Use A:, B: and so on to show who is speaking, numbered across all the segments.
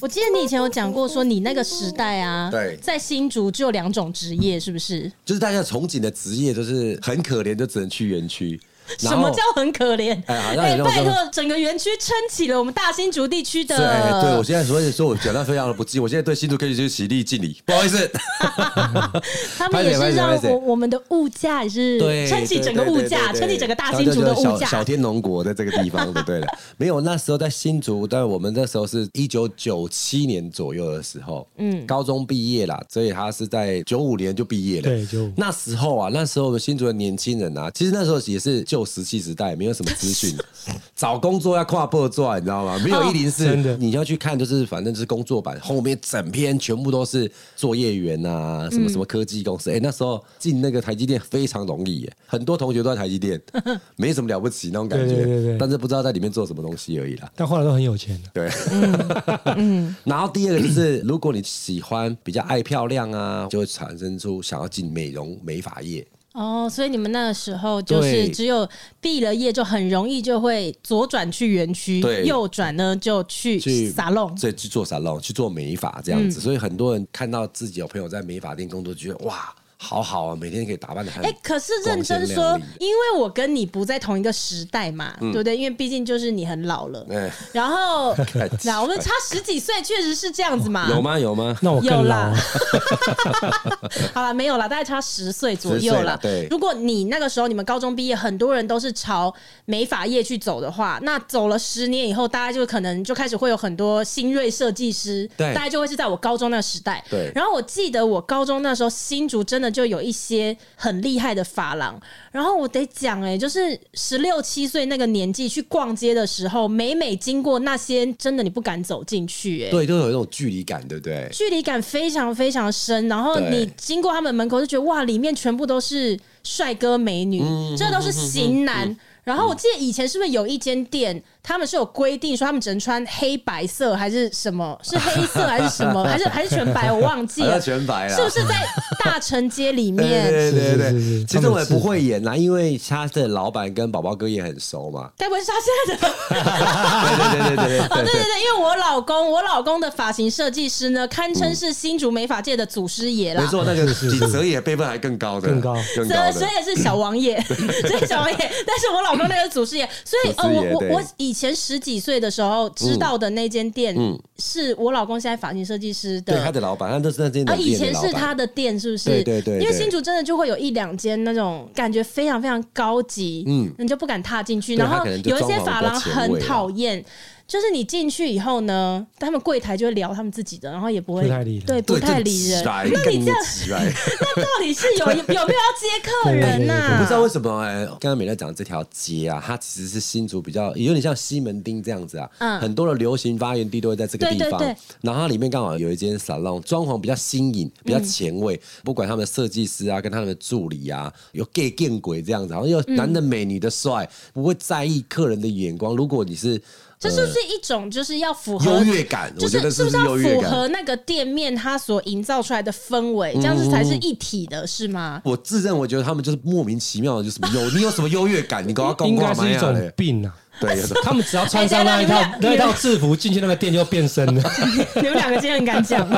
A: 我记得你以前有讲过，说你那个时代啊，
B: 对
A: 在新竹只有两种职业，是不是？
B: 就是大家憧憬的职业，就是很可怜，就只能去园区。然
A: 什
B: 后
A: 么叫很可怜？
B: 哎好像有这种
A: 拜
B: 说
A: 托，整个园区撑起了我们大新竹地区的。
B: 对，哎
A: 呃
B: 对我现在所以说我讲到非常的不敬，我现在对新竹科技就是起立敬礼，不好意思。
A: 他们也是
B: 拍谁拍谁
A: 让
B: 拍谁
A: 我我们的物价也是
B: 对，
A: 撑起
B: 对
A: 整个
B: 对
A: 物
B: 对
A: 价，
B: 对
A: 撑起
B: 对
A: 整个大
B: 然后
A: 新
B: 就
A: 竹
B: 觉
A: 的
B: 得
A: 物
B: 小
A: 价
B: 小。天龙国在这个地方的，对了，没有那时候在新竹，但我们那时候是一九九七年左右的时候，嗯，高中毕业啦，所以他是在九五年就毕业了，
C: 对95
B: 那时候啊，那时候我们新竹的年轻人啊，其实那时候也是旧石器时代，没有什么 资讯，找工作要跨步做，你知道吗？没
A: 哦
B: 有一零四，
C: 真的
B: 你要去看，就是反正就是工作版后面整篇全部都是作业员
C: 嗯
B: 啊，什么什么科技公司。哎、那时候进那个台积电非常容易耶，很多同学都在台积 电，没什么了不起那种感觉。
C: 对对对对
B: 但是不知道在里面做什么东西而已啦。
C: 但后来都很有钱的。
B: 对，
C: 嗯
B: 然后第二个就是，如果你喜欢比较爱漂亮啊，就会产生出想要进美容美发业。
A: 哦，所以你们那个时候就是
B: 对
A: 只有毕了业，就很容易就会左转去园区，
B: 对
A: 右转呢就去嗯
B: 去
A: salon。
B: 对，去做沙龙，去做美发这样子。所以很多人看到自己有朋友在美发店工作，觉得哇，好好啊，每天可以打扮的很。
A: 哎、可是认真说
B: 光鲜亮丽，嗯
A: 因为我跟你不在同一个时代嘛，对不对？因为毕竟就是你很老了，
B: 哎
A: 然 后
B: 看起来
A: 那我们差十几岁，确实是这样子嘛。
B: 有？吗？有吗？
C: 那我更
A: 有
C: 老
A: 啦
C: 啊，
A: 好了，没有啦，大概差十岁左右
B: 10岁
A: 啦
B: 啦对
A: 如果你那个时候你们高中毕业，很多人都是朝美发业去走的话，那走了十年以后，大家就可能就开始会有很多新锐设计师，
B: 对
A: 大家就会是在我高中那个时代。
B: 对
A: 然后我记得我高中那时候新竹真的就有一些很厉害的发廊，然后我得讲哎、就是十六七岁那个年纪去逛街的时候，每每经过那些，真的你不敢走进去哎、
B: 对，就有一种距离感，对不对？
A: 距离感非常非常深，然后
B: 对
A: 你经过他们门口就觉得哇，里面全部都是帅哥美女，
B: 嗯
A: 这都是型男。然后我记得以前是不是有一间店，他们是有规定说他们只能穿黑白色还是什么？是黑色还是什 么？还是还是全白？我忘记
B: 好
A: 了，
B: 像全白啦
A: 是不是在大城街里面？。
B: 对对对对
C: 是是
B: 对，
C: 是
B: 其实我也不会演啦，因为他的老板跟宝宝哥也很熟 嘛
A: 该不会是他现在的？
B: 对对对对
A: 哦，对
B: 对
A: 对
B: 对。
A: 对，因为我老公，我老公的发型设计师呢，堪称是新竹美发界的祖师爷啦。
B: 没错，那个
C: 是是
B: 比泽野辈分还更高的，
C: 更高
B: 更
A: 所
B: 高
A: 以所
B: 的。
A: 以是小王 爷，所以小王爷，但是我老公那个祖师爷，所以
B: 祖
A: 呃，
B: 师爷
A: 我
B: 对
A: 我我以前十几岁的时候知道的那间店，是我老公现在发型设计师
B: 嗯对他
A: 的。
B: 的老板，他都是那间
A: 啊，
B: 老
A: 以
B: 店的
A: 前
B: 老
A: 是他
B: 板。
A: 的店，是不是？
B: 对对对对
A: 因为新竹真的就会有一两间那种感觉非常非常高级，嗯，你就不敢踏进去。
B: 对
A: 然
B: 他
A: 后
B: 可能就
A: 有一些
B: 装潢
A: 发
B: 比较
A: 廊
B: 前
A: 很
B: 卫啊
A: 讨厌，就是你进去以后呢，他们柜台就会聊他们自己的，然后也不会
C: 不太理人
A: 对，不
B: 对
A: 太
B: 这
A: 理人。
B: 挤来
A: 那你
B: 更
A: 这样，
B: 挤 来
A: 那到底是 有有没有要接客人啊呐、
B: 我不知道为什么哎、刚刚美乐讲的这条街啊，它其实是新竹比较有点像西门町这样子啊，
A: 嗯
B: 很多的流行发源地都会在这个地方。
A: 对对对
B: 然后它里面刚好有一间 salon，装潢比较新颖，比较
A: 嗯
B: 前卫，不管他们的设计师啊，跟他们的助理啊，有 gay 见鬼这样子，然后又
A: 嗯
B: 男的美，女的帅，不会在意客人的眼光。如果你是
A: 这是不是一种就是要符合
B: 优越感，
A: 就
B: 我觉
A: 是
B: 得
A: 是
B: 不
A: 不
B: 是
A: 是要
B: 优越
A: 符
B: 感？
A: 合那个店面它所营造出来的氛围，这样子才是一体的，是 吗？
B: 我自认为觉得他们就是莫名其妙的，就什么优，你有什么优越感？你搞 到
C: 啊应
B: 公
C: 该
B: 干嘛
C: 是一
B: 呀
C: 种
B: 嘞？
C: 病啊。
B: 对，有种
C: 他们只要穿上那一套
A: 哎等一下
C: 那一套制服进去那个店就 变身了。
A: 你们两个今天很敢 讲，没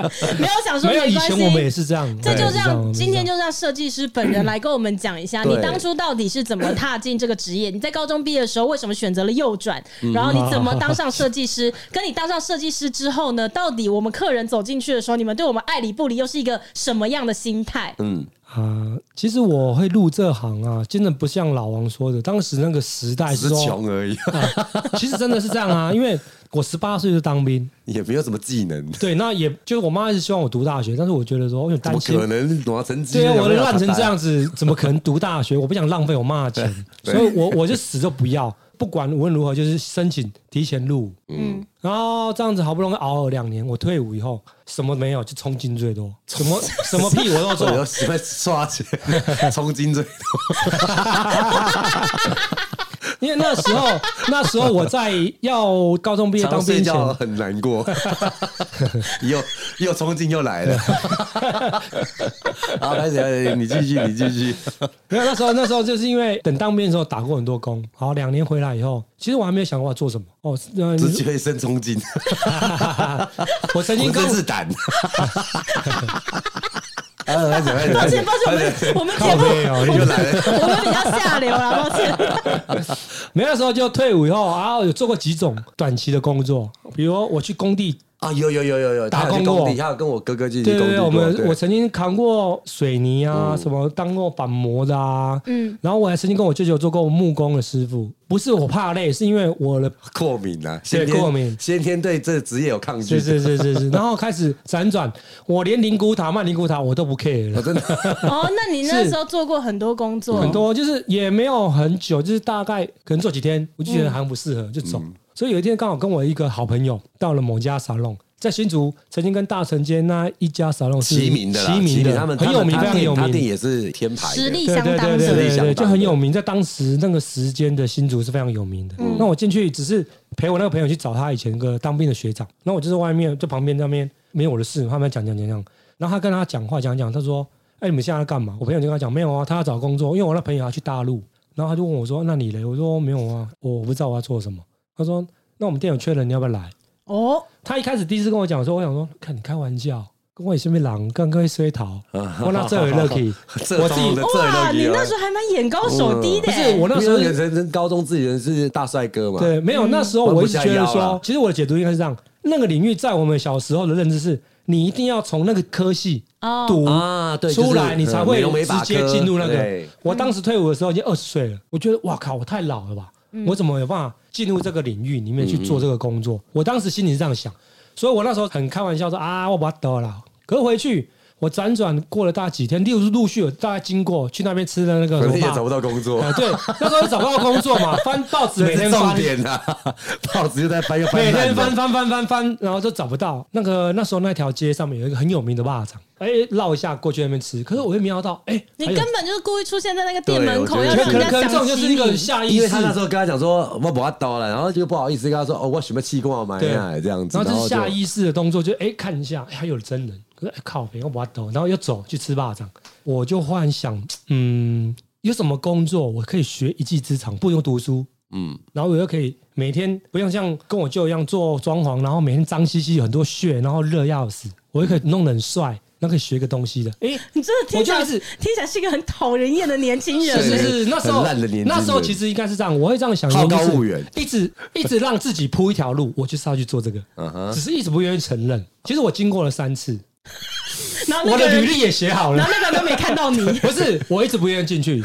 A: 有想说
C: 没有，以
A: 关
C: 前我们也
A: 系。
C: 是这样。
A: 这就
C: 对我
A: 让
C: 们是这
A: 今天就让设计师本人来跟我们讲一 下，
B: 对
A: 你当初到底是怎么踏进这个职业？你在高中毕业的时候为什么选择了右转？
C: 嗯
A: 然后你怎么当上设计师？跟你当上设计师之后呢？到底我们客人走进去的时候，你们对我们爱理不理，又是一个什么样的心态？
C: 啊，其实我会入这行啊，真的不像老王说的，当时那个时代
B: 只是
C: 是说，
B: 穷而已。
C: 其实真的是这样啊，因为我十八岁就当兵，
B: 也没有什么技能，
C: 对，那也就是我妈一直希望我读大学，但是我觉得说，我有
B: 怎
C: 担
B: 么
C: 心啊
B: 可。能拿成绩？
C: 对啊，我烂成这
B: 有没有打败，
C: 样子，怎么可能读大学？我 不想浪费我妈的钱，所以我我就死都不要，不管无论如何，就是申请提前入伍。嗯，然后这样子好不容易熬了两年，我退伍以后什么没有，就冲金最多，什么什么屁我都
B: 我
C: 做
B: 要， 喜欢刷钱，冲金最多。
C: 因为 那时候那时候我在要高中毕业
B: 常
C: 当
B: 睡
C: 兵前，
B: 觉很难过， 又又冲劲又 来了。好，开始开始，你继续，你继 续。
C: 没有那时候那时候就是因为等当兵的时候打过很多工，好两年回来以后，其实我还没有想过要做什么哦，呃
B: 直觉一声冲劲，
C: 我曾经
B: 我
C: 跟
B: 真
C: 我
B: 是 胆。
A: 抱
B: 啊，开始开始开始
A: 歉，抱歉，我们 我们节
C: 靠
A: 目
C: 背哦，
B: 又来了。
A: 我们比较下流啦，抱 歉。
C: 没有那时候就退伍以后，然后有做过几种短期的工作，比如我去工地，
B: 啊，有有有有有，
C: 打
B: 他有去
C: 工
B: 工
C: 过
B: 地，他有跟我哥哥去
C: 对
B: 工
C: 对
B: 地
C: 啊对，
B: 过。
C: 我们
B: 对
C: 我曾经扛过水泥啊，什么当过板模的啊，嗯，然后我还曾经跟我舅舅做过木工的师傅，不是我怕累，是因为我的
B: 过敏啊，先
C: 过敏
B: 天先天对这职业有抗拒
C: 是。是是是是， 然后开始辗转，我连灵骨塔、慢灵骨塔我都不 care 了，
A: 哦，那你那时候做过很多工作，
C: 很多就是也没有很久，就是大概可能做几天，我就觉得好像不适合，就走。
B: 嗯
C: 所以有一天刚好跟我一个好朋友到了某家沙龙，在新竹曾经跟大城街那一家沙龙是
B: 齐名的啦，
C: 齐名的，
B: 他们
C: 很有名，
B: 他
C: 非
B: 们
C: 常有
B: 他店
C: 名。
B: 也是天牌的，
A: 实力
C: 对
A: 相
C: 对
A: 当
C: 对
A: 是
C: 对
A: 不是
B: 实力相
C: 对
B: 当
C: 对，就很有名，在当时那个时间的新竹是非常有名的。那我进去只是陪我那个朋友去找他以前一个当兵的学长，然后我就在外面，就旁边那边没有我的事，他们讲讲讲讲，然后他跟他讲话讲讲，他说：“哎、你们现在在干嘛？”我朋友就跟他讲：“没有啊，他要找工作，因为我那朋友要去大陆。”然后他就问我说：“那你嘞？”我说：“没有啊，我我不知道我要做什么。”他说：“那我们店有缺人，你要不要来？”
A: 哦，
C: 他一开始第一次跟我讲的时候，我想说，看你开玩笑，跟我也是没狼，刚刚衰逃，我那这有 lucky，
B: 这
C: 我自己
B: 这这
A: 哇，
B: 也
C: 啊
A: 你
B: 乐
A: 那
B: 意
A: 时候还蛮眼高手低的
C: 不是
A: 欸，
C: 我那时
B: 啊因
C: 候
B: 为人人高中自己人是大帅哥嘛，
C: 对，没有那时候
B: 弯不
C: 我一直
B: 下
C: 觉得
B: 腰
C: 说
B: 啦，
C: 其实我的解读应该是这样，那个领域在我们小时候的认知是，你一定要从那个科系
A: 哦
C: 读
B: 啊，对，
C: 出来，你才会直接进入那个
B: 对。
C: 我当时退伍的时候已经二十岁了，我觉得哇靠，我太老了吧，我怎么有办法进入这个领域里面
B: 嗯
C: 去做这个工作？我当时心里是这样想，所以我那时候很开玩笑说啊，我不得了。可是回去我辗转过了大概几天，六陆续有大概经过去那边吃的那个
B: 可
C: 什么
B: 是也找不
C: 吧。
B: 到工作
C: 啊，，对，那时候找不到工作嘛，翻报纸每
B: 这是
C: 天
B: 重
C: 翻，
B: 点啊！ 报纸就在翻，又翻
C: 每
B: 烂了
C: 天翻翻翻翻翻，然后就找不到。那个那时候那条街上面有一个很有名的蚂蚱，哎、绕一下过去那边吃。可是我又瞄到，哎、
A: 你
C: 还有
A: 根本就是故意出现在那个店门口，
B: 对
A: 要
B: 我觉
C: 可
B: 得
A: 让
C: 能可
A: 人
C: 能可
A: 家想
C: 能这种就是
A: 起
C: 一个
A: 你。
C: 下意
B: 因
C: 识
B: 为，他那时候跟他讲说我把他刀了，然后就不好意思跟他说哦，我什么气跟我买
C: 对
B: 呀这样子，
C: 然后这
B: 就是
C: 下意识的动作，就哎、看一下，哎、还有真人，可是、哎靠北，我把它抖，然后又走去吃霸掌。我就忽然想，嗯，有什么工作我可以学一技之长，不用读书，
B: 嗯，
C: 然后我又可以每天不用像跟我舅一样做装潢，然后每天脏兮兮，很多血，然后热要死，我又可以弄得很帅，那可以学一个东西的，哎、
A: 你真的听起来
C: 我就一直
A: 听起来是一个很讨人厌的年轻人，
C: 是
B: 对
C: 是是，那时候
B: 很烂的年纪
C: 那时候其实应该是这样，我会这样想，
B: 好高
C: 原因就是
B: 骛远
C: 一直一直让自己铺一条路，我就是要去做这个，
B: 嗯哼
C: 只是一直不愿意承认。其实我经过了三次，
A: 然啊后那
C: 我
A: 个
C: 的履
A: 人，
C: 历也写好
A: 然
C: 了
A: 后，那个人都没看到你
C: 。不是，我一直不愿意进去。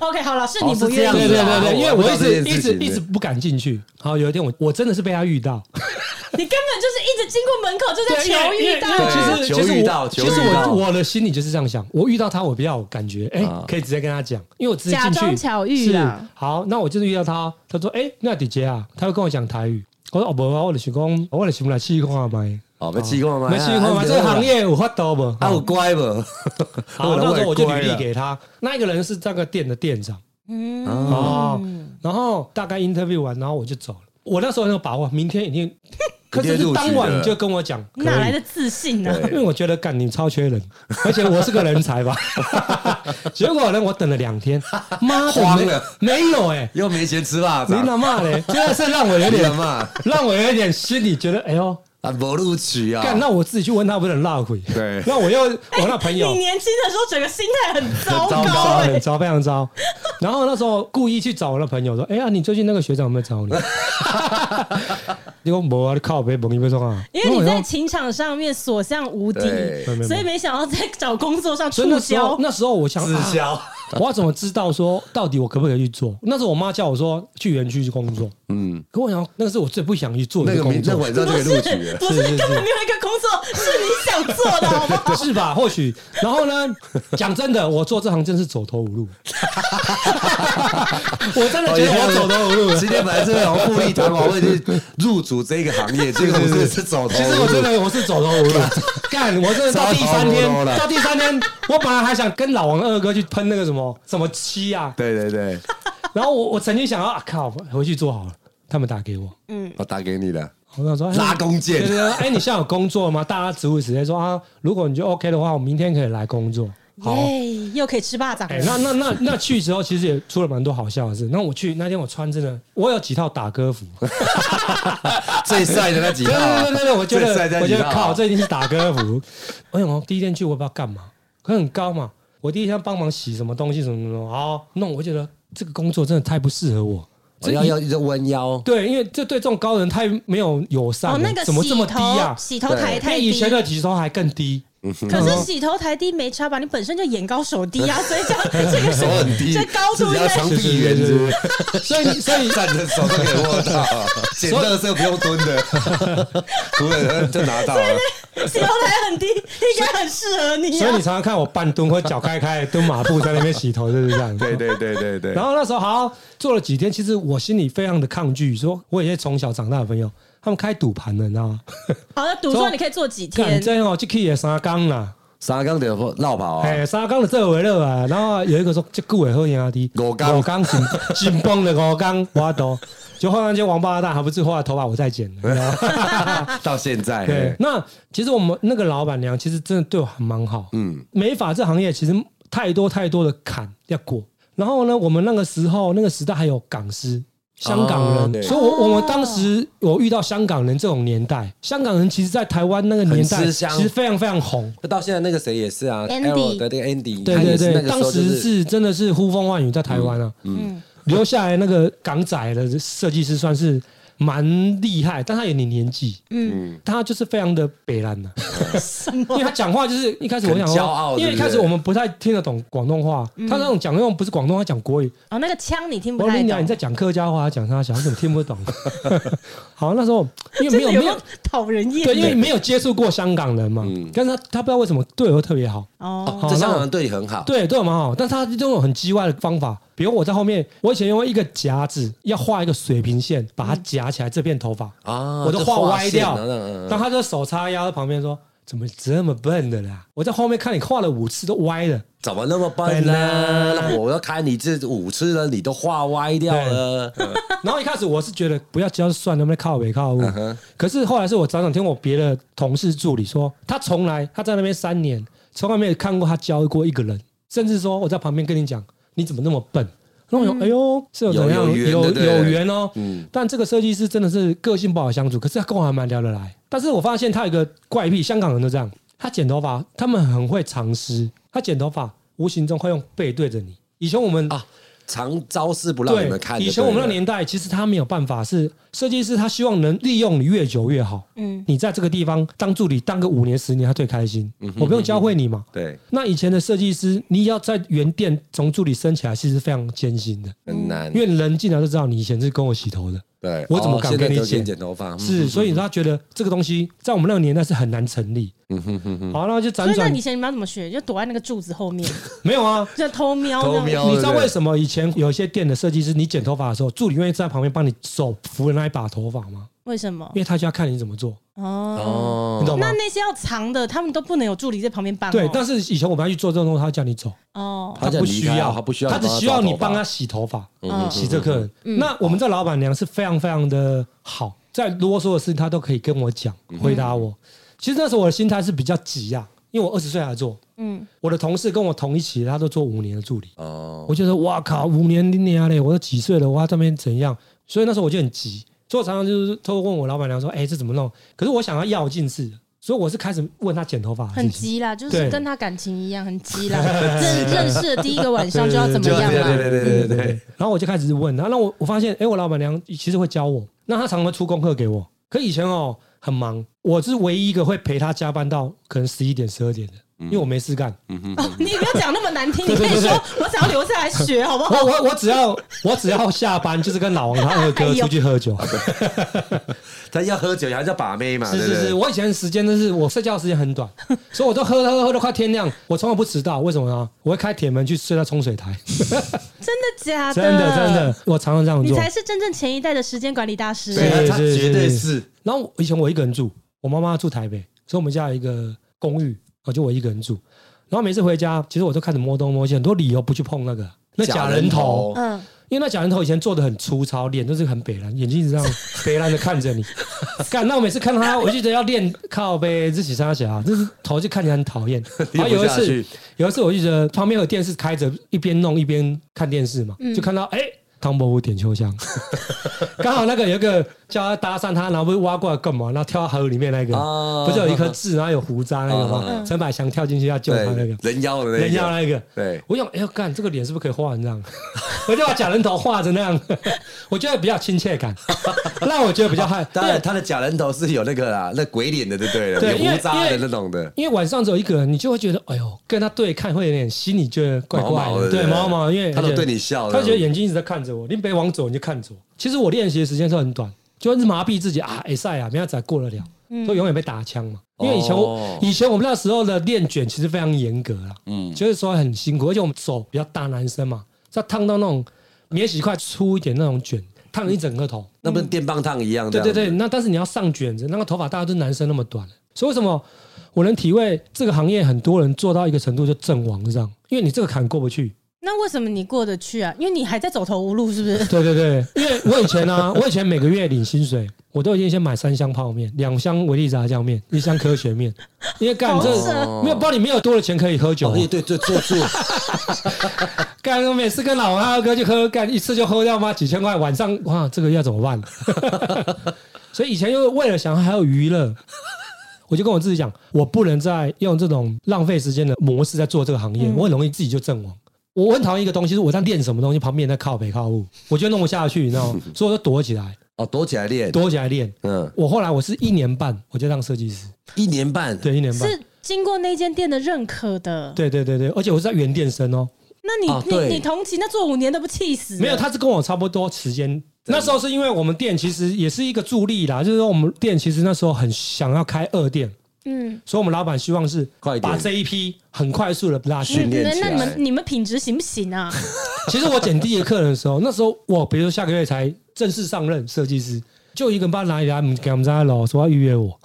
A: OK，好了，是
B: 哦
A: 你
B: 是
A: 不
B: 这
A: 愿
B: 样
A: 意
C: 对
B: 子
C: 对
B: 啊
C: 对对，因为
B: 我
C: 我
B: 知道
C: 一
B: 这件事
C: 直一直
B: 情
C: 一直不敢进去。好，有一天我我真的是被他遇到，
A: 你根本就是一直经过门口就在
C: 对，因
A: 求
C: 为因为
A: 遇
C: 因
A: 到
C: 为
A: 啊，
C: 其实
B: 求
C: 其实
B: 遇
C: 我
B: 到
C: 其
B: 求
C: 实
B: 遇到
C: 我我的心里就是这样想，我遇到他我比较有感觉，哎、
B: 啊
C: 可以直接跟他讲，因为我直接进去
A: 假装巧遇啊
C: 是
A: 啦
C: 好，那我就是遇到他，他说，哎、那迪杰啊，他会跟我讲台语。我说哦不，我的是讲，我的是不来试看麦，
B: 哦，没气过吗？
C: 没试看麦，
B: 啊
C: 这个行业有发到不？
B: 啊，我
C: 好，
B: 乖不？
C: 好那时候我就
B: 乖
C: 履历
B: 了
C: 给他，那一个人是这个店的店长
A: 嗯，
B: 啊，
C: 哦，然后大概 interview 完，然后我就走了。我那时候很有把握，明天一定，可是是当晚就跟我讲，可以
A: 哪来的自信呢？
B: 对
C: 因为我觉得干你超缺人，而且我是个人才 吧。结果呢，我等了两天，妈的
B: 慌
C: 没
B: 了
C: 没有哎、
B: 又没钱吃辣
C: 你
B: 子，啊
C: 老骂嘞，真的是让我有
B: 你
C: 点
B: 老骂，
C: 让我有点心里觉得，哎呦，
B: 啊，不录取啊，
C: 干那我自己去问他，不是很浪费？
B: 对
C: 那我又我那朋 友
A: 你年轻的时候整个心态很糟
B: 很糟
A: 糕
B: 糕
A: 哎、
C: 很糟，非常糟。然后那时候故意去找我那朋友说，哎呀，你最近那个学长有没有找你？ 结果没啊，你靠北蒙一分钟啊，
A: 因为你
C: 然后
A: 在
C: 我
A: 情场上面所向无敌，
B: 对
C: 没有没有
A: 所以没想到在找工作上
C: 所以那
A: 触
C: 时
A: 礁。
C: 候那时候我想
B: 滞
C: 啊
B: 销，
C: 我要怎么知道说到底我可不可以去做？那时候我妈叫我说去园区去工作，
B: 嗯，
C: 可我想那个是我最不想去做
B: 那
C: 的
B: 个
C: 工
B: 明那
C: 作，
B: 晚上就
A: 不
B: 给
A: 是
B: 录取 了。
A: 不是
C: 是是是
A: 根本没有一个工作是你想做的，好不好？
C: 是 吧？或许，然后呢？讲真的，我做这行真是走投无 路，我真的觉得我走投无路。
B: 今天本来是想富丽堂皇会去入主这个行 业，结果我是是走投
C: 其
B: 无
C: 实
B: 路
C: 我真的我是走投无路，干！我真的到第三
B: 走投无路
C: 天，
B: 了
C: 到第三天，我本来还想跟老王二哥去喷那个什么什么漆啊，
B: 对对对，
C: 然后我我曾经想要啊靠，回去做好了，他们打给我，
B: 我打给你的，
C: 嗯我想说哎
B: 拉弓箭
C: 对对对哎，你现在有工作吗？大家职务直接说啊，如果你就 OK 的话，我明天可以来工作。好，
A: 耶，又可以吃霸掌
C: 哎、
A: 了。
C: 那那那那去之后，其实也出了蛮多好笑的事。那我去那天，我穿真的，我有几套打 歌服，
B: 最帅的那几套
C: 对
B: 啊，
C: 对对对，我觉
B: 最帅
C: 得
B: 的
C: 我
B: 那几
C: 觉
B: 套
C: 得
B: 啊
C: 靠，这一定是打歌服。我想说第一天去我也不知道干嘛，可是很高嘛，我第一天帮忙洗什么东西什么什么，好弄，我觉得这个工作真的太不适合我。
B: 我要要一直弯腰，
C: 对，因为这对这种高人太没有友善了，
A: 哦，那个
C: 怎么
A: 洗
C: 这么低
A: 头
C: 啊？
A: 洗头台
C: 因
A: 太
C: 为
A: 低
C: 以，前的几头还更低，
B: 嗯
C: 嗯
A: 可是洗头台低没差吧？你本身就眼高手低 啊，所以这样这个
B: 手很低，
A: 这高
B: 自
A: 度
B: 己
A: 应
B: 要
A: 该
B: 长臂猿是不是？
C: 所以所以
B: 站着手都可以握 到，捡垃圾不用蹲的，除了就拿到了。
A: 洗头台很低，应该很适合你
C: 所以
A: 啊
C: 你。常常看我半蹲或脚开开蹲马步在那边洗头，就是这样。
B: 对对对对对
C: 然，后那时候好做了几天，其实我心里非常的抗拒，说我有些从小长大的朋友，他们开赌盘的，你知道吗？
A: 好，那赌
C: 所
A: 桌
C: 以
A: 你可以做几
C: 干
A: 天？
C: 真哦，这去也三缸啦，
B: 沙缸的绕跑啊，
C: 哎，三缸的这回乐啊。然后有一个说这顾伟喝烟阿弟，
B: 五天
C: 我刚紧紧绷的我刚挖头，就忽然间王八蛋还不是后来头发我再剪的。你知道吗
B: 到现在，
C: 对，那其实我们那个老板娘其实真的对我还蛮好，嗯，美发这行业其实太多太多的坎要过。然后呢，我们那个时候那个时代还有港师。香港
B: 哦
C: 人，
B: 对
C: 所以我，我们当时我遇到香港人这种年代，香港人其实，在台湾那个年代，
B: 哦很吃
C: 其
B: 香
C: 实非常非常红。
B: 那到现在那个谁也是啊
A: Andy
B: Arrow 的那个 Andy，
C: 对
B: 他
C: 对
B: 也是那
C: 对，
B: 个
C: 当
B: 时候就
C: 时
B: 是
C: 是真的是呼风唤雨在台湾啊，
A: 嗯，
C: 留下来那个港仔的设计师算是蛮厉害，但他有点年纪，嗯，他就是非常的北蓝啊的、
A: 什么
C: 因为？他讲话就是一开始我想
B: 很
C: 说，
B: 骄傲
C: 因为
B: 对不
C: 一
B: 对
C: 开始我们不太听得懂广东话，他那种讲那种不是广东话，讲国语。
A: 哦，那个腔你听
C: 我
A: 嗯不
C: 跟
A: 太
C: 你讲，你
A: 懂，
C: 在讲客家话，讲啥小孩怎么听 不懂？好，那时候因
A: 真
C: 为没有
A: 的
C: 没有
A: 有讨人厌
C: 对，因为没有接触过香港人嘛，
B: 嗯
C: 但是他他不知道为什么对我特别好，
A: 哦。
B: 这香港人对你很好，
C: 对对我蛮好，但是他就用很叽歪的方法，比如我在后面，我以前用一个夹子要画一个水平线，把
A: 嗯
C: 它夹起来这片头发
B: 啊
C: 我都
B: 就画
C: 歪掉
B: 线啊那嗯嗯，
C: 但他就手叉腰在旁边说。怎么这么笨的啦？我在后面看你画了五次都歪了，
B: 怎么那么笨呢？
C: 笨啊
B: 那我要开你这五次了，你都画歪掉了，嗯
C: 然后一开始我是觉得不要交算能不能靠北靠北，可是后来是我早长听我别的同事助理说，他从来他在那边三年，从来没有看过他教过一个人，甚至说我在旁边跟你讲，你怎么那么笨？然后我想，哎呦，是有怎样
B: 有有缘
C: 有
B: 对嗯不对
C: 有缘哦。但这个设计师真的是个性不好相处，可是他跟我还蛮聊得来。但是我发现他有一个怪癖，香港人都这样，他剪头发，他们很会藏私，他剪头发无形中会用背对着你。以前我们
B: 啊，藏招式不让
C: 对，
B: 你们看就对了。
C: 以前我们那年代，其实他没有办法，是设计师他希望能利用你越久越好。嗯，你在这个地方当助理当个五年十年，他最开心。
B: 嗯
C: 我不用教会你嘛。
B: 对
C: 那以前的设计师，你要在原店从助理升起来，其实非常艰辛的，
B: 很难
C: 因，为人进来就知道你以前是跟我洗头的。
B: 对，
C: 我怎么
B: 哦
C: 敢
B: 现在
C: 跟你
B: 都
C: 剪
B: 剪头发？嗯
C: 是，所以他觉得这个东西在我们那个年代是很难成立。嗯哼哼好，那就
A: 所
C: 辗
A: 以那
C: 转
A: 你以前你们要怎么学？就躲在那个柱子后 面，
C: 没有啊，
A: 就偷瞄
B: 偷
A: 那样。
B: 瞄
C: 你知道
B: 哦对不对
C: 为什么以前有一些店的设计师，你剪头发的时候，助理愿意在旁边帮你手扶着那一把头发吗？
A: 为什么
C: 因？为他就要看你怎么做，啊
A: 哦，
B: 哦
C: 你，懂吗
A: 那？那些要藏的，他们都不能有助理在旁边帮哦。
C: 对，但是以前我们要去做这种东西，他叫你走，
A: 哦，
B: 他叫
C: 不
B: 你离
C: 需
B: 开啊
C: 要，
B: 他不需要
C: 他
B: 你
C: 只
B: 帮他
C: 需要
B: 抓
C: 你
B: 头
C: 帮
B: 发
C: 他洗头发，
A: 嗯
C: 洗这客人。那我们这老板娘是非常非常的好，在啰嗦的事情她都可以跟我讲，回答我。
B: 嗯
C: 其实那时候我的心态是比较急啊，因为我二十岁才做，
A: 嗯，
C: 我的同事跟我同一起，他都做五年的助理，
B: 哦，
C: 我觉得哇靠，五年零年嘞，我都几岁了，我还在那边怎样？所以那时候我就很急，所以我常常就是偷偷问我老板娘说：“哎、这怎么弄？”可是我想要要进是，所以我是开始问她剪头发的
A: 很
C: 事情。
A: 急啦，就是
C: 对
A: 跟他感情一样，很急啦。 认认识的第一个晚上就要怎么
B: 就
A: 样
B: 对对
A: 啦？
B: 对对对对对，
C: 然后我就开始问她，那我我发现，哎、我老板娘其实会教我，那她常常会出功课给我。可以前哦很忙，我是唯一一个会陪她加班到可能十一点、十二点的，因为我没事干。
A: 哦，你不要讲那么难听，你可以说我想要留下来学，好不
C: 我
A: 好？
C: 我我只要我只要下班就是跟老王他二
A: 哎
C: 哥
A: 呦
C: 出去喝酒。
B: 他要喝酒，还是要把妹嘛？
C: 是
B: 啊对不
C: 是
B: 对
C: 是，我以前时间真是我睡觉时间很短，所以我都喝喝喝到快天亮，我从来不迟到。为什么呢？我会开铁门去睡在冲水台，
A: 真的假
C: 真的真的，我常常这样
A: 啊你
C: 做。
A: 才是真正前一代的时间管理大师。
B: 对
C: 是
B: 他他
C: 是
B: 绝对
C: 是
B: 是
C: 然后我哦以前我一个人住，我妈妈住台北，所以我们家有一个公寓，我就我一个人住。然后每次回家，其实我都开始摸东摸西，很多理由不去碰那个那假人头，
A: 嗯，
C: 因为那假人头以前做的很粗糙，脸都是很北蓝，眼睛一直这样北蓝的看 着你。干，那我每次看他，我就觉得要练靠背自己杀小，啊就是头就看起来很讨厌。然后有 一
B: 练不下
C: 次
B: 去，
C: 有一次我就觉得旁边有电视开着，一边弄一边看电视嘛，就看到哎。汤伯虎点 秋香，刚好那个有一个叫他搭讪他，然后被挖过来干嘛？然后跳到河里面那个，
B: 哦
C: 不是有一颗痣，然后有胡渣那个
B: 嗯
C: 吗？陈百祥跳进去要救他那个
B: 对，，人妖的那个
C: 人家那个，
B: 对
C: 我想，哎呦，干这个脸是不是可以画成这样？ 我就把假人头画成那样， 我觉得比较亲切感， 让我觉得比 较害。
B: 当然，他的假人头是有那个啦，那鬼脸的就对了，
C: 对因
B: 有
C: 为
B: 胡渣的
C: 因为
B: 那种的。
C: 因为晚上只有一个人，你就会觉得，哎呦，跟他对看会有点心里觉得怪怪
B: 毛毛的
C: 对
B: 对
C: 毛毛，因为
B: 他都
C: 而且
B: 对你笑
C: 他觉得眼睛一直在看着我，你别往左你就看左。其实我练习的时间是很短，就是麻痹自己
B: 哦
C: 啊，哎赛啊，明天仔过得了，都永远被打枪嘛。因为以前我、
B: 嗯哦
C: 以前我们那时候的练卷其实非常严格啦，嗯，就是说很辛苦，而且我们手比较大，男生嘛，要烫到那种免洗块粗一点那种卷，烫一整个头。
B: 那不是电棒烫一样这
C: 对
B: 样子？
C: 对嗯对，那但是你要上卷子，那个头发大家都是男生那么短，所以为什么我能体会这个行业很多人做到一个程度就阵亡这样？因为你这个坎过不去。
A: 那为什么你过得去啊？因为你还在走投无路，是不是？
C: 对对对， 因为我以前呢、我以前每个月领薪水，我都已经先买三箱泡面，两箱维力炸酱面，一箱科学面，因为干
A: 好
C: 这
A: 扯
C: 没有包里没有多的钱可以喝酒、
B: 哦，
C: 啊。
B: 对对对，做做，
C: 干，我每次跟老王二哥去喝，干一次就喝掉妈几千块，晚上哇，这个要怎么办？所以以前就为了想还有娱乐，我就跟我自己讲，我不能再用这种浪费时间的模式在做这个行业，我很容易自己就阵亡。我很讨厌一个东西，是我在练什么东西，旁边在靠北靠物，我就弄不下去，你知道吗？所以我就躲起来，
B: 哦，躲起来练，
C: 躲起来练。
B: 嗯，
C: 我后来我是一年半，我就当设计师，
B: 一年半，
C: 对，一年半，
A: 是经过那间店的认可的。
C: 对对对对，而且我是在原店生哦，
A: 那你、
B: 哦对
A: 你你同期那做五年都不气死了？
C: 没有，他是跟我差不多时间。那时候是因为我们店其实也是一个助力啦，就是说我们店其实那时候很想要开二店，
A: 嗯，
C: 所以我们老板希望是
B: 快一点
C: 把这一批很快速的拉
A: 那
C: 去。
B: 训练
A: 那
B: 起
A: 那
B: 来
A: 你们你们品质行不行 啊？
C: 其实我捡第一个客人的时候，那时候我比如说下个月才正式上任设计师，就一个人把他拿来给我们家老说要预约我，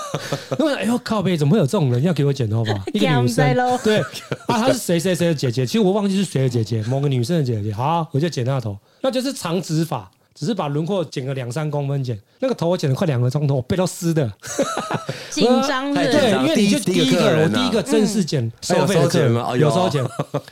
C: 那我想哎呦靠背，怎么会有这种人要给我剪 头发？一个女生
A: 咸在咯，
C: 对啊，她是谁谁谁的姐姐，其实我忘记是谁的姐姐，某个女生的姐姐。好、我就剪她的头，那就是长直发。只是把轮廓剪个两三公分剪，那个头我剪了快两个钟头，我背都湿 的。
A: 紧张
B: 太
A: 的，
B: 紧
C: 对，
B: 张
C: 因为你就
B: 第
C: 第
B: 一第一
C: 一
B: 个客
C: 个，我
B: 人啊
C: 第一个正式剪
B: 哎有
C: 收费的
B: 收钱
C: 客人
B: 吗哎呦
C: 有收钱。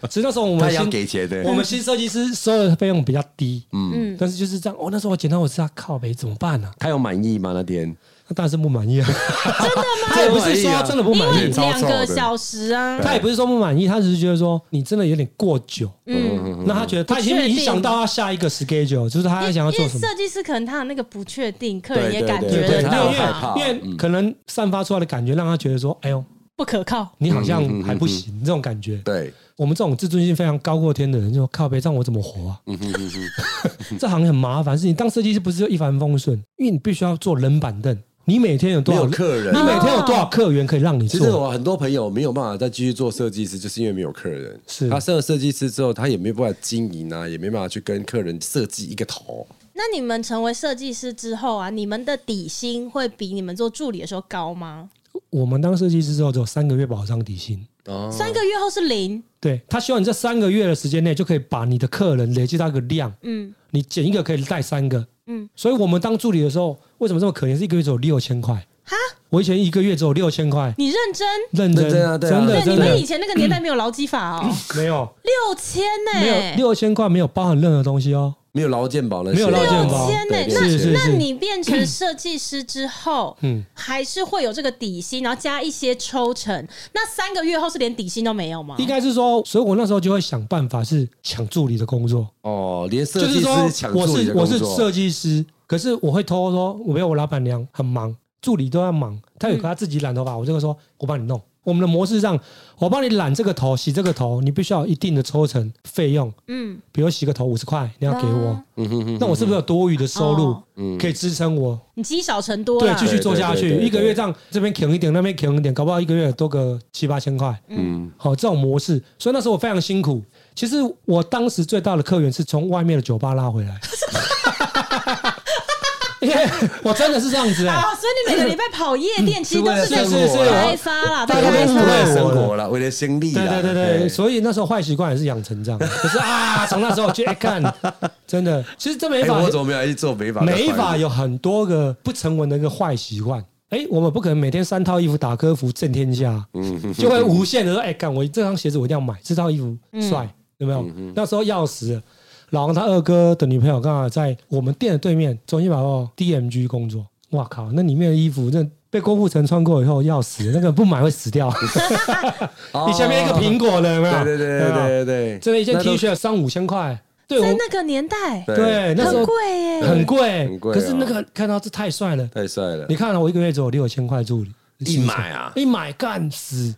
C: 其实那时候我
B: 他
C: 们
B: 也要
C: 新
B: 给钱的，
C: 我们新设计师收的费用比较低，
A: 嗯，
C: 但是就是这样。哦，那时候我剪到我是啊，靠北怎么办呢、啊？
B: 他有满意吗？那天
C: 他当然是不满意啊，真 的吗？他也不是说他真的不
A: 因
C: 满
A: 为
C: 意，
B: 超
A: 两个
B: 瘦的
A: 小时啊，
C: 他也不是说不满意，他只是觉得说你真的有点过久。
A: 嗯，
C: 那他觉得他已经
A: 不确定
C: 影响到他下一个 schedule，就是他还想要
A: 因
C: 做
A: 为
C: 什么。
A: 设计师可能他的那个不确定，啊客人
B: 对
A: 也
B: 对
A: 感觉
B: 对
A: 得
C: 因
B: 他有
A: 到
C: 为
B: 害
A: 嘛，
B: 怕
C: 因为可能散发出来的感觉让他觉得说，哎呦，
A: 不可靠。
C: 你好像还不
A: 嗯
C: 行这种感觉。
B: 对，
C: 我们这种自尊心非常高过天的人，就说靠背，这样我怎么活啊？
B: 嗯
C: 这行业很麻烦，是你当设计师不是就一帆风顺？因为你必须要坐冷板凳，你每天有多
B: 没
C: 少
B: 有客人哦
C: 你。每天有多少客源可以让你
B: 其实
C: 做？
B: 我很多朋友没有办法再继续做设计师，就是因为没有客人。
C: 是
B: 他升了设计师之后，他也没有办法经营啊，也没办法去跟客人设计一个头。
A: 那你们成为设计师之后啊，你们的底薪会比你们做助理的时候高吗？
C: 我们当设计师之后，只有三个月保障底薪。
B: 哦，
A: 三个月后是零，
C: 对他希望你这三个月的时间内就可以把你的客人累积到一个量，
A: 嗯，
C: 你剪一个可以带三个，
A: 嗯
C: 嗯，所以我们当助理的时候，为什么这么可怜？是一个月只有六千块，
A: 哈，
C: 我以前一个月只有六千块，
A: 你认真？
C: 认真
B: 认真啊对啊
C: 真的
A: 对，你
C: 真
A: 们以
C: 的
A: 前那个年代没有劳基法哦，
C: 没有
A: 六千
C: 没
A: 呢
B: 哎
C: 有？六千块没有包含任何东西哦，
B: 没有劳健保那些，
C: 没有劳健保
A: 天呢、
B: 对
A: 那
C: 是是
A: 那
C: 是
A: 你变成设计师之后，嗯，还是会有这个底薪，然后加一些抽成。那三个月后是连底薪都没
B: 啊
A: 有吗？
C: 应该是说，所以我那时候就会想办法是抢助理的工作，
B: 哦，连设
C: 就
B: 计
C: 是
B: 师抢
C: 说我
B: 助理
C: 是
B: 的
C: 我
B: 工
C: 是
B: 作，
C: 设计师，可是我会偷偷说，我没有我老板娘很忙，助理都要忙，她
B: 嗯
C: 有个她自己染头发，我就会说我帮你弄。我们的模式上，我帮你染这个头，洗这个头，你必须要有一定的抽成费用，
A: 嗯，
C: 比如洗个头五十块，你要给我
A: 啊，
C: 那我是不是有多余的收入
A: 哦
B: 嗯
C: 可以支撑我
A: 你积少成多
C: 对
A: 了
C: 继。续做下
B: 对对
C: 去？
B: 对
C: 一个月这样这边停一点，那边停一点，搞不好一个月多个七八千块，
B: 嗯，
C: 好这种模式，所以那时候我非常辛苦。其实 我当时最大的客源是从外面的酒吧拉回来，因为我真的是这样子哎、
A: 啊，所以你每个礼拜跑夜店，其实都在
C: 嗯是为了生活啊
A: 开发啦，
C: 大
A: 对
C: 家
A: 不
C: 都
A: 对
B: 为了
C: 是为了
B: 生
C: 我的
B: 活啦，为了生利
C: 对
B: 啦，
C: 对对对，所以那时候坏习惯也是养成这样，就是啊，从那时候去哎看，真的，其实这没
B: 哎，
C: 法，
B: 我怎么没有去做美发？
C: 美发有很多个不成文的一个坏习惯。哎，我们不可能每天三套衣服打歌服震天下，
B: 嗯
C: 就会无限的说，哎，干我这双鞋子我一定要买，这套衣服帅，
B: 嗯
C: 有没有？那时候要死了，老王他二哥的女朋友刚好在我们店的对面中心百货 DMG 工作，哇靠，那里面的衣服那被郭富城穿过以后要死，那个不买会 死掉。你下面一个苹果的，有没有？
B: 哦对对对
C: 有没
B: 对对
C: 有
B: 对，
C: 真的一件
B: 那
C: T
B: 都
C: 恤三五千块，对我
A: 在那个年代
B: 对
C: 对那时
A: 很
C: 候
A: 贵耶，
C: 很贵，
B: 很贵啊
C: 可是那个看到这太帅了，
B: 太帅了
C: 你，看了、我一个月只有六千块助理，
B: 一买啊，
C: 一买干死，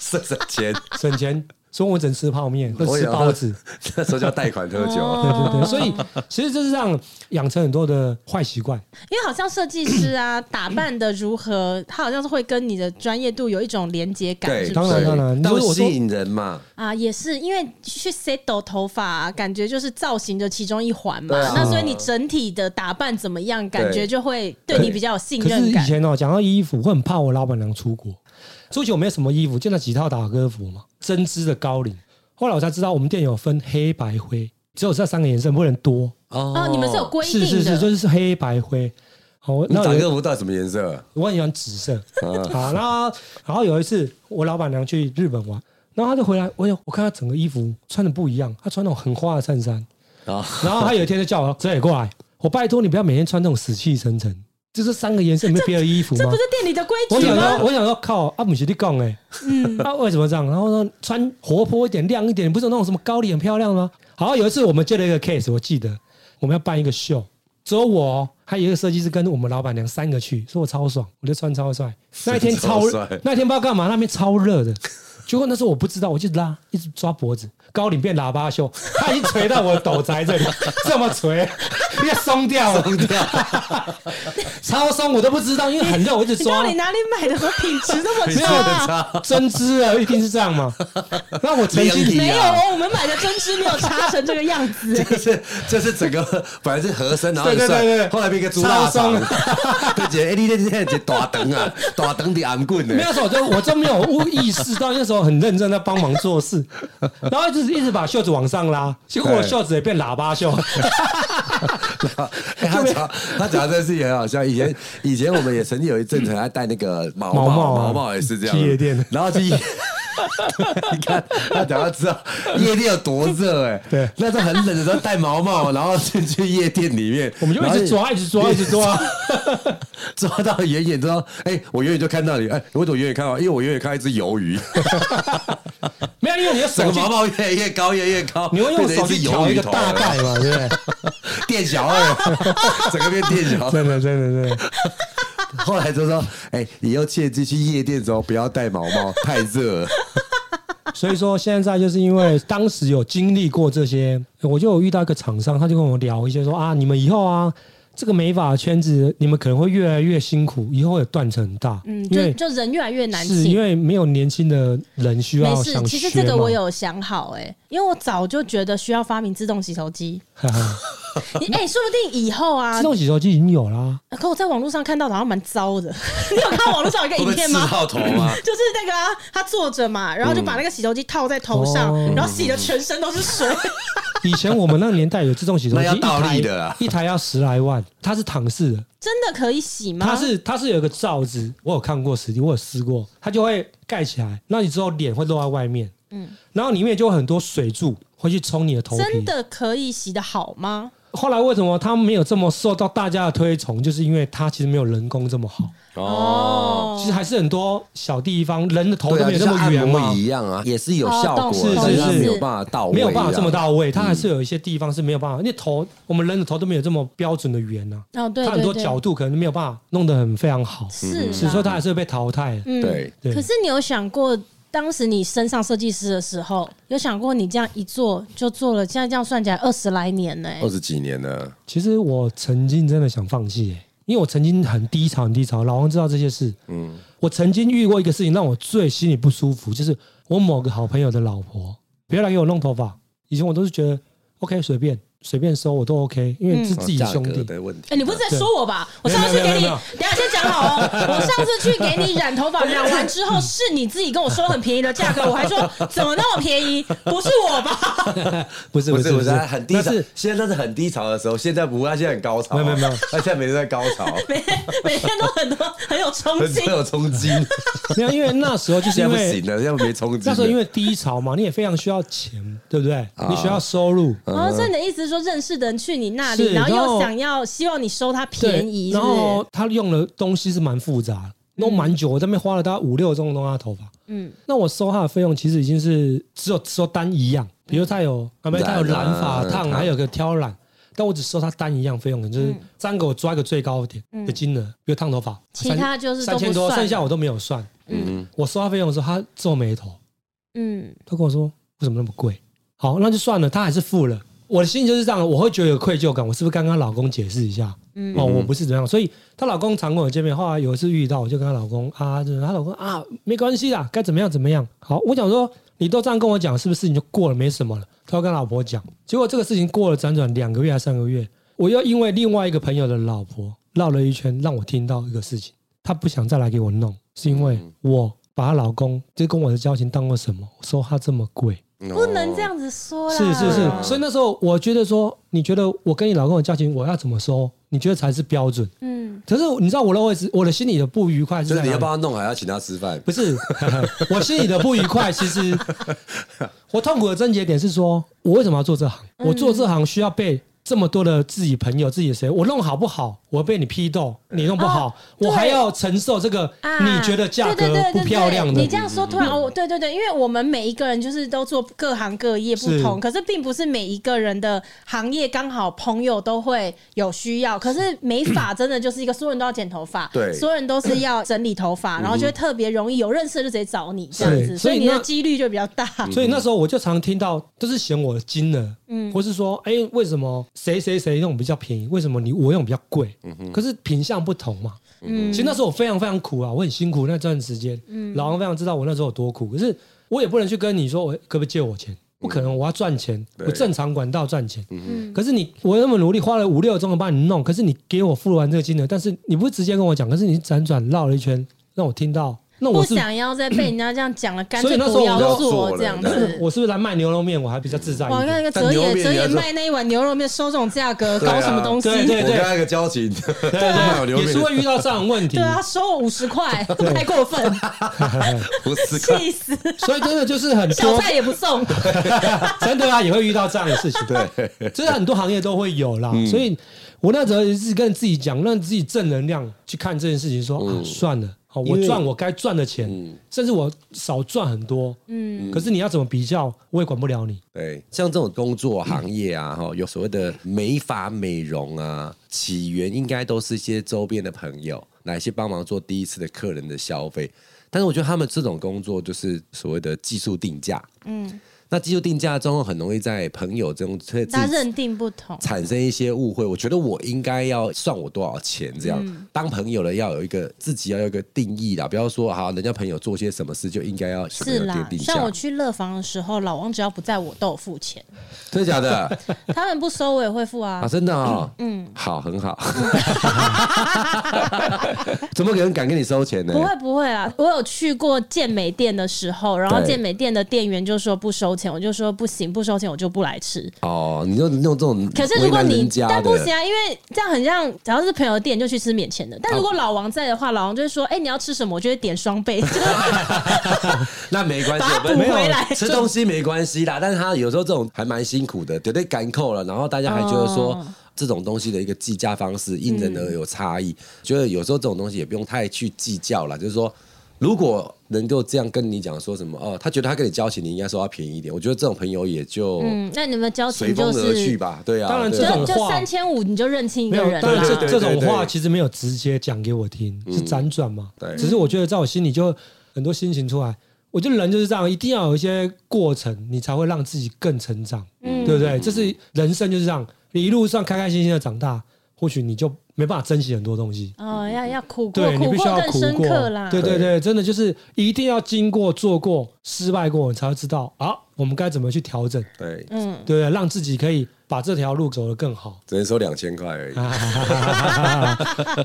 B: 省省钱，
C: 省钱。所以我只能吃泡面 或
B: 我
C: 者
B: 也
C: 吃
B: 要
C: 包子，
B: 那时候叫贷款喝酒，
A: 哦
C: 对对对。所以其实这是让养成很多的坏习惯，
A: 因为好像设计师啊，打扮的如何，他好像是会跟你的专业度有一种连接感，
B: 对，
A: 是不
C: 当
A: 是
C: 然
B: 对
C: 当然
B: 但
C: 你说
B: 会
C: 我说
B: 吸引人嘛，
A: 啊，也是因为去 settle 头发、感觉就是造型的其中一环嘛。
B: 对啊
A: 那所以你整体的打扮怎么样，感觉就会对
B: 对
A: 你比较有信
C: 可是
A: 任
C: 以
A: 感。
C: 前哦，讲到衣服，我很怕我老板娘出国，出去我没有什么衣服，就那几套打歌服嘛，针织的高领。后来我才知道，我们店有分黑白灰，只有这三个颜色，不能多。
A: 哦，你们是有规定
C: 是
A: 的，
C: 是是，就是黑白灰。哦，
B: 你
C: 那
B: 打
C: 我有
B: 歌不到什么颜色？
C: 我很喜欢紫色啊。然后，然后有一次我老板娘去日本玩，然后她就回来，我有我看她整个衣服穿的不一样，她穿那种很花的衬衫，
B: 啊，
C: 然后她有一天就叫我哲也过来，我拜托你不要每天穿那种死气沉沉，就这三个颜色，没有别的衣服
A: 这
C: 吗
A: 不是？店里的规
C: 我
A: 矩
C: 想
A: 吗
C: 说，？我想说，靠，阿姆学弟杠哎，嗯， 啊，为什么这样？然后呢，穿活泼一点，亮一点，不是有那种什么高领很漂亮吗？好，有一次我们接了一个 case，我记得我们要办一个秀，只有我，还有一个设计师跟我们老板娘三个去，说我超爽，我就穿超帅。那一天超
B: 超帅
C: 那天不知道干嘛，那边超热的。结果那时候我不知道，我就拉，一直抓脖子，高领变喇叭袖，它已经垂到我的斗宅这里，这么垂， 要松掉了，松掉，超松，我都不知道，因为很热，我一直
A: 你
C: 抓
A: 到。底哪里买的？我品质那么
C: 没有
A: 差？
C: 针织啊，一定是这样 嘛？那我曾
B: 量体
C: 经
A: 没有哦，我们买的针织没有差成这个样 子。
B: 这是这是整个本来是和声，然后很
C: 对对对
B: 帅，
C: 对
B: 后来变一个猪大肠
C: 超松，
B: 就觉得哎，你这这这大灯啊，大灯的暗棍呢
C: 没有，那时候我就我真没有误意识到，那时候很认真在帮忙做事，然后就是一直把袖子往上拉，结果我袖子也变喇叭袖，
B: 哎他讲他讲这事也很好笑。以前以前我们也曾经有一阵子很爱戴那个毛
C: 毛帽
B: 毛，
C: 啊
B: 毛帽也是这样。
C: 去夜店
B: 然后去夜。 你看，他讲到知道夜店有多热哎、
C: 对
B: 那时候很冷的时候戴毛帽，然后进去夜店里面，
C: 我们就一直抓，一直抓，一直抓。
B: 抓到远远之后，哎、我远远就看到你，哎、我怎么远远看到？因为我远远看到一只鱿鱼，
C: 没有，因为你的
B: 整个
C: 手去
B: 毛，帽越来越高，越来越高，
C: 你会用手去
B: 变成
C: 挑
B: 鱿
C: 一
B: 鱼
C: 个
B: 头
C: 大
B: 了
C: 概嘛，对不对？
B: 店小二， 整个变店小二。
C: 真的，真的，真的。
B: 后来就说，哎、以后切记去夜店的时候不要戴毛帽，太热了。
C: 所以说现在就是因为当时有经历过这些，我就有遇到一个厂商，他就跟我聊一些说啊，你们以后啊，这个美发圈子你们可能会越来越辛苦，以后也断层很大，
A: 嗯，
C: 因
A: 就
C: 为
A: 就人越来越难
C: 是
A: 请
C: 因。为没有年轻的人需要
A: 没事，
C: 想
A: 其实
C: 学
A: 这个
C: 嘛
A: 我，有想好哎、因为我早就觉得需要发明自动洗头 机。
C: 哈哈
A: 你哎、说不定以后啊
C: 自，动洗头机已经有啦。
A: 可我在网络上看到的好像蛮糟的。 你有看到网络上有一个影 片吗？
B: 号头吗？
A: 就是那个啊，他坐着嘛，然后就把那个洗头机套在头上，
C: 嗯哦
A: 然后洗的全身都是水。
C: 以前我们那个年代有自动洗头
B: 那
C: 机，
B: 要
C: 一
B: 倒立
C: 台
B: 的啊啦
C: 一台要十来万，它是躺式的，
A: 真的可以洗吗？
C: 它是它是有一个罩子，我有看过实体，我有试过，它就会盖起来，那你之后脸会露在外面，嗯，然后里面就有很多水柱会去冲你的头
A: 真
C: 皮。
A: 的可以洗的好吗？
C: 后来为什么它没有这么受到大家的推崇，就是因为它其实没有人工这么好，
B: 哦。
C: 其实还是很多小地方人的头
B: 对
C: 都
B: 啊，
C: 没有
B: 就
C: 那
B: 像
C: 么
B: 按
C: 圆嘛
B: 摩。一样啊，也是有效
A: 哦
B: 果，
A: 懂
B: 但是它
C: 哦懂
B: 没有办法到位，啊嗯
C: 没有办法这么。到位，它还是有一些地方是没有办法，因为头我们人的头都没有这么标准的圆呐、
A: 哦，对
C: 它很
A: 对
C: 多
A: 对，
C: 角度可嗯能没有办法弄得很非常好，
B: 啊
A: 是
C: 是所以它
A: 啦
C: 还是会被淘汰。
A: 嗯
B: 对
C: 对
A: 可是你有想过，当时你升上设计师的时候，有想过你这样一做就做了，现在这样算起来二十来年呢、
B: 二十几年了，
C: 其实我曾经真的想放弃、欸，因为我曾经很低潮，很低潮。老王知道这些事，嗯，我曾经遇过一个事情让我最心里不舒服，就是我某个好朋友的老婆，不要来给我弄头发。以前我都是觉得 OK 随便，随便收我都 OK，因为是自己
B: 嗯哦价
C: 兄
B: 格
C: 弟。
B: 的问题。
A: 哎、你不是在说我吧？我上次
C: 没
A: 给
C: 有没有
A: 你，
C: 没有
A: 等一下先讲好哦。我上次去给你染头发，染完之后是你自己跟我说很便宜的价格，我还说怎么那么便宜？不是我吧？
C: 不是
B: 不是，
C: 不
B: 我
C: 是，
B: 是很低
C: 那
B: 潮
C: 是，
B: 现在那是很低潮的时候，现在不会，他现在很高潮，啊
C: 没有没有没有
B: 他现在每天在高 潮，
A: 每天每天都很多很有冲
B: 很
A: 劲，
B: 有冲击，
C: 没有，因为那时候就是
B: 现在
C: 因
B: 不
C: 为
B: 行了，现在没冲击了。
C: 那时候因为低潮嘛，你也非常需要钱，对不对？你需要收入，
A: 哦，所以你的意思是说，认识的人去你那里，
C: 是
A: 然后
C: 然后
A: 又想要希望你收他
C: 对
A: 便宜，是
C: 然
A: 不是
C: 后？他用的东西是蛮复杂的，弄蛮久，我在那边花了大概五六钟弄他的头发。
A: 嗯
C: 嗯，那我收他的费用其实已经是只有收单一样，比如他有啊没有他有
B: 染
C: 染
B: 啊
C: 发烫，
B: 烫
C: 还有个挑染。但我只收他单一样费用，可能就是三个我抓个最高点的金额，比如烫头发，
A: 其
C: 三
A: 他就是都
C: 三千
A: 不
C: 多，
A: 算
C: 剩下我都没有算。
B: 嗯，
C: 我收他费用的时候，他皱眉头，
A: 嗯，
C: 他跟我说为什么那么贵？好，那就算了，他还是付了。我的心情就是这样，我会觉得有愧疚感。我是不是刚刚老公解释一下？
A: 嗯
C: 哦，我不是怎么样，所以她老公常跟我见面。后来有一次遇到，我就跟她老公啊，就是她老公啊，没关系啦，该怎么样怎么样。好，我想说你都这样跟我讲，是不是事情就过了，没什么了？她要跟老婆讲，结果这个事情过了辗转两个月还是三个月，我又因为另外一个朋友的老婆绕了一圈，让我听到一个事情，她不想再来给我弄，是因为我把她老公就跟我的交情当过什么，收她这么贵。
B: 哦
A: 不能这样子说啦。
C: 是是是，
B: 啊
C: 所以那时候我觉得说，你觉得我跟你老公的交情，我要怎么收？你觉得才是标准？
A: 嗯，
C: 可是你知道我的位置，我的心里的不愉快是
B: 就
C: 在
B: 是你
C: 哪
B: 要
C: 里？
B: 帮他弄，还要请他吃饭，
C: 不是，我心里的不愉快，其实我痛苦的症结点是说，我为什么要做这行？
A: 嗯
C: 我做这行需要被这么多的自己朋友、自己的谁，我弄好不好，我被你批斗；你弄不好，
A: 哦对
C: 我还要承受这个
A: 啊，
C: 你觉得
A: 对
C: 价格
A: 对对对
C: 不漂亮
A: 对
C: 的嗯
A: 你这样说突然哦，对对对，因为我们每一个人就是都做各行各业不同，
C: 是
A: 可是并不是每一个人的行业刚好朋友都会有需要。可是美发真的就是一个所有人都要剪头发，
B: 对
A: 所有人都是要整理头发，然后就会特别容易有认识的就直接找你这样子，
C: 嗯是
A: 所以
C: 所以
A: 你的
C: 那嗯
A: 几率就比较大。
C: 所以那时候我就常听到，都是嫌我金额，嗯，或是说，哎、为什么谁谁谁用比较便宜，为什么你我用比较贵？可是品相不同嘛，
A: 嗯
C: 其实那时候我非常非常苦啊，我很辛苦那段时间，老王非常知道我那时候有多苦，可是我也不能去跟你说，我可不可以借我钱？不可能，我要赚钱，
B: 对
C: 我正常管道赚钱。
A: 嗯
C: 可是你，我那么努力，花了五六钟头帮你弄，可是你给我付完这个金额，但是你不是直接跟我讲，可是你辗转绕了一圈，让我听到，那我
A: 不
C: 是
A: 想要再被人家这样讲了，干
C: 所
A: 脆
C: 以那时
A: 不
C: 候我
A: 要
C: 就
B: 做
A: 做
B: 了
A: 这样
B: 对
A: 子。
C: 我是不是来卖牛肉面，我还比较自在一
A: 哇，
C: 点？
A: 那个
B: 但
A: 折
B: 牛肉
A: 野
B: 面
A: 折
B: 你
A: 野
B: 还说
A: 卖那一碗牛肉面收这种价格，
B: 对啊
A: 搞什么东西？
C: 对对
B: 我跟他一个交情，
C: 对
B: 哪有牛
C: 也是
B: 肉
C: 会
B: 面
C: 遇到这种问题
A: 对。啊，收我五十块， 太过分，
B: 不是个
A: 气 死！
C: 所以真的就是很
A: 小
C: 多，
A: 菜也不送，
C: 真的啊，也会遇到这样的事情。
B: 对，嗯
C: 真的很多行业都会有啦。所以我那时候也是跟自己讲，让自己正能量去看这件事情说，啊，算了，好，
B: 嗯因
C: 我
B: 为嗯
C: 赚我该赚的钱，甚至我少赚很多。嗯，可是你要怎么比较，我也管不了你。
B: 对，像这种工作行业啊，哈、有所谓的美发美容啊，起源应该都是一些周边的朋友来去帮忙做第一次的客人的消费。但是我觉得他们这种工作就是所谓的技术定价，
A: 嗯，
B: 那技术定价中很容易在朋友中自
A: 他认定不同，
B: 产生一些误会。我觉得我应该要算我多少钱，这样、
A: 嗯
B: 当朋友了要有一个自己要有一个定义啦，不要说好人家朋友做些什么事就应该要什么
A: 是
B: 有这个
A: 啦
B: 定。价
A: 像，我去乐房的时候，老王只要不在我都有付钱，
B: 真的假的
A: 他们不收我也会付啊
B: 啊？。真的哦，嗯，好，很好， 怎么可能敢跟你收钱呢？
A: 不会不会啊，我有去过健美店的时候，然后
B: 对
A: 健美店的店员就说不收钱，我就说不行，不收钱我就不来吃。
B: 哦，你就用这种
A: 可是如果
B: 为难
A: 你
B: 人家
A: 但
B: 的
A: 不行啊，因为这样很像，只要是朋友店就去吃免钱的。但如果老王在的话，老王就会说：“哎、你要吃什么？”我就会点双倍。 就是
B: 那没关系
A: 把它，
B: 我们
A: 补回来
B: 没有吃东西没关系啦。但是他有时候这种还蛮辛苦的，绝对赶扣了，然后大家还觉得说。
A: 哦
B: 这种东西的一个计价方式，因人而有差异。
A: 嗯
B: 觉得有时候这种东西也不用太去计较啦，就是说，如果能够这样跟你讲说什么哦，他觉得他跟你交情，你应该说他便宜一点。我觉得这种朋友也就
A: 嗯，那你们交
B: 随
A: 情
B: 风
A: 就
B: 而去
A: 是
B: 吧，对啊。
C: 当然
B: 对
C: 这
A: 就
B: 啊
C: 种
A: 就
C: 话
A: 三千五你就认清一
C: 没
A: 个
C: 有，
A: 人
C: 当然
A: 啦。
C: 这
B: 对对
C: 这种
B: 对
C: 话
B: 对
C: 其实没有直接讲给我听，是辗转嘛。
B: 对
C: 只是我觉得在我心里就很多心情出来。我觉得人就是这样，一定要有一些过程，你才会让自己更成
A: 嗯
C: 长，对不对？这是人生就是这样，你一路上开开心心的长大，或许你就没办法珍惜很多东西。
A: 哦，要要苦过，
C: 对你
A: 苦
C: 必须
A: 过
C: 要
A: 更
C: 苦
A: 深
C: 过
A: 刻啦。，
C: 对对
B: 对
C: 对，真的就是一定要经过、做过、失败过，你才会知道啊，我们该怎么去调整，
B: 对，
A: 嗯，
C: 对不对？让自己可以把这条路走得更好。
B: 只能收两千块而已。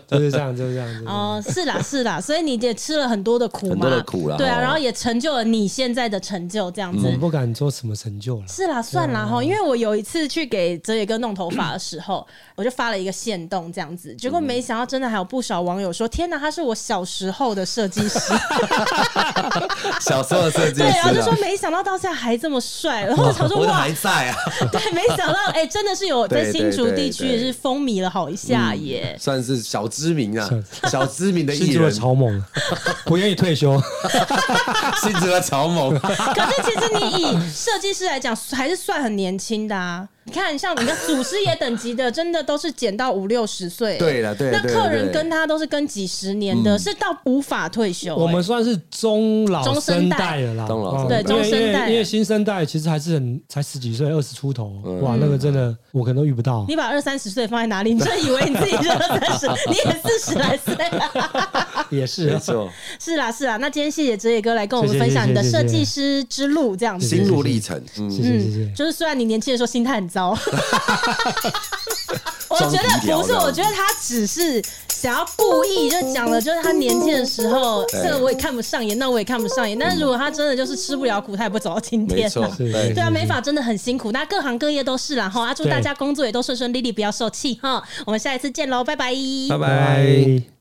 C: 就是这样，就是这样子。
A: 哦，是啦， 是啦，所以你也吃了很多的苦嘛，
B: 很多的苦啦
A: 对啊，
B: 哦嗯
A: 然后也成就了你现在的成就，这样子。
C: 我不敢说什么成就了。
A: 是啦，算
C: 嗯
A: 啦哈，因为我有一次去给哲野哥弄头发的时 候，我就发了一个线动这样子，结
C: 嗯
A: 果没想到真的还有不少网友说：“天哪，他是我小时候的设计 师。
B: 小时候的设”计
A: 对，然后
B: 师
A: 就说
B: 啊，
A: 没想到到现在还这么 帅，然后我想说
B: 我的
A: 哇
B: 还，在啊，
A: 对，没想到哎、真的是 有在
B: 对
A: 新竹
B: 对对
A: 地区
B: 对
A: 也是风靡了好一下
C: 嗯
A: 耶。
B: 算是小知名啊， 小知名的艺
C: 新竹的
B: 人，
C: 超猛，不愿意退休。
B: 新竹的草蜢，
A: 可是其实你以设计师来讲，还是算很年轻的啊。你看，像你看祖师爷等级的，真的都是减到五六十岁。
B: 对了对了
A: 那
B: 对了
A: 客
B: 对
A: 人
B: 了
A: 跟他都是跟几十年的，是到无法退休、
C: 嗯我们
A: 欸
C: 算是中老生代了啦，
B: 中生代
C: 哦
B: 对
A: 中生代
C: 因为因为因为新生代其实还是很才十几岁，二十出头，
B: 嗯
C: 哇，那个真的我可能都遇不到。
A: 你把二三十岁放在哪里？你真以为你自己就二三十？ 你也四十来岁 啊、
C: 也是
B: 没，错，
A: 是啦是啦。那今天谢谢哲野哥来跟我们
C: 谢谢
A: 分享你的
C: 谢谢
A: 设计师之路，这样子。
B: 心路历程，嗯，
C: 谢谢谢谢。
A: 就是虽然你年轻的时候心态很 糟，我觉
B: 装皮
A: 得
B: 条
A: 不是，
B: 这样
A: 我觉得他只是想要故意就讲了，就是他年轻的时候，
B: 对
A: 这个我也看不上眼，那我也看不上眼。但是如果他真的就是吃不了苦，他也不会走到今
B: 没
A: 天、
B: 错
A: 啊。，
C: 是
B: 对
A: 对啊，美发真的很辛苦，那各行各业都是啦哈。啊，祝大家工作也都顺顺利利，不要受气哈。我们下一次见喽，拜拜，
B: 拜
C: 拜。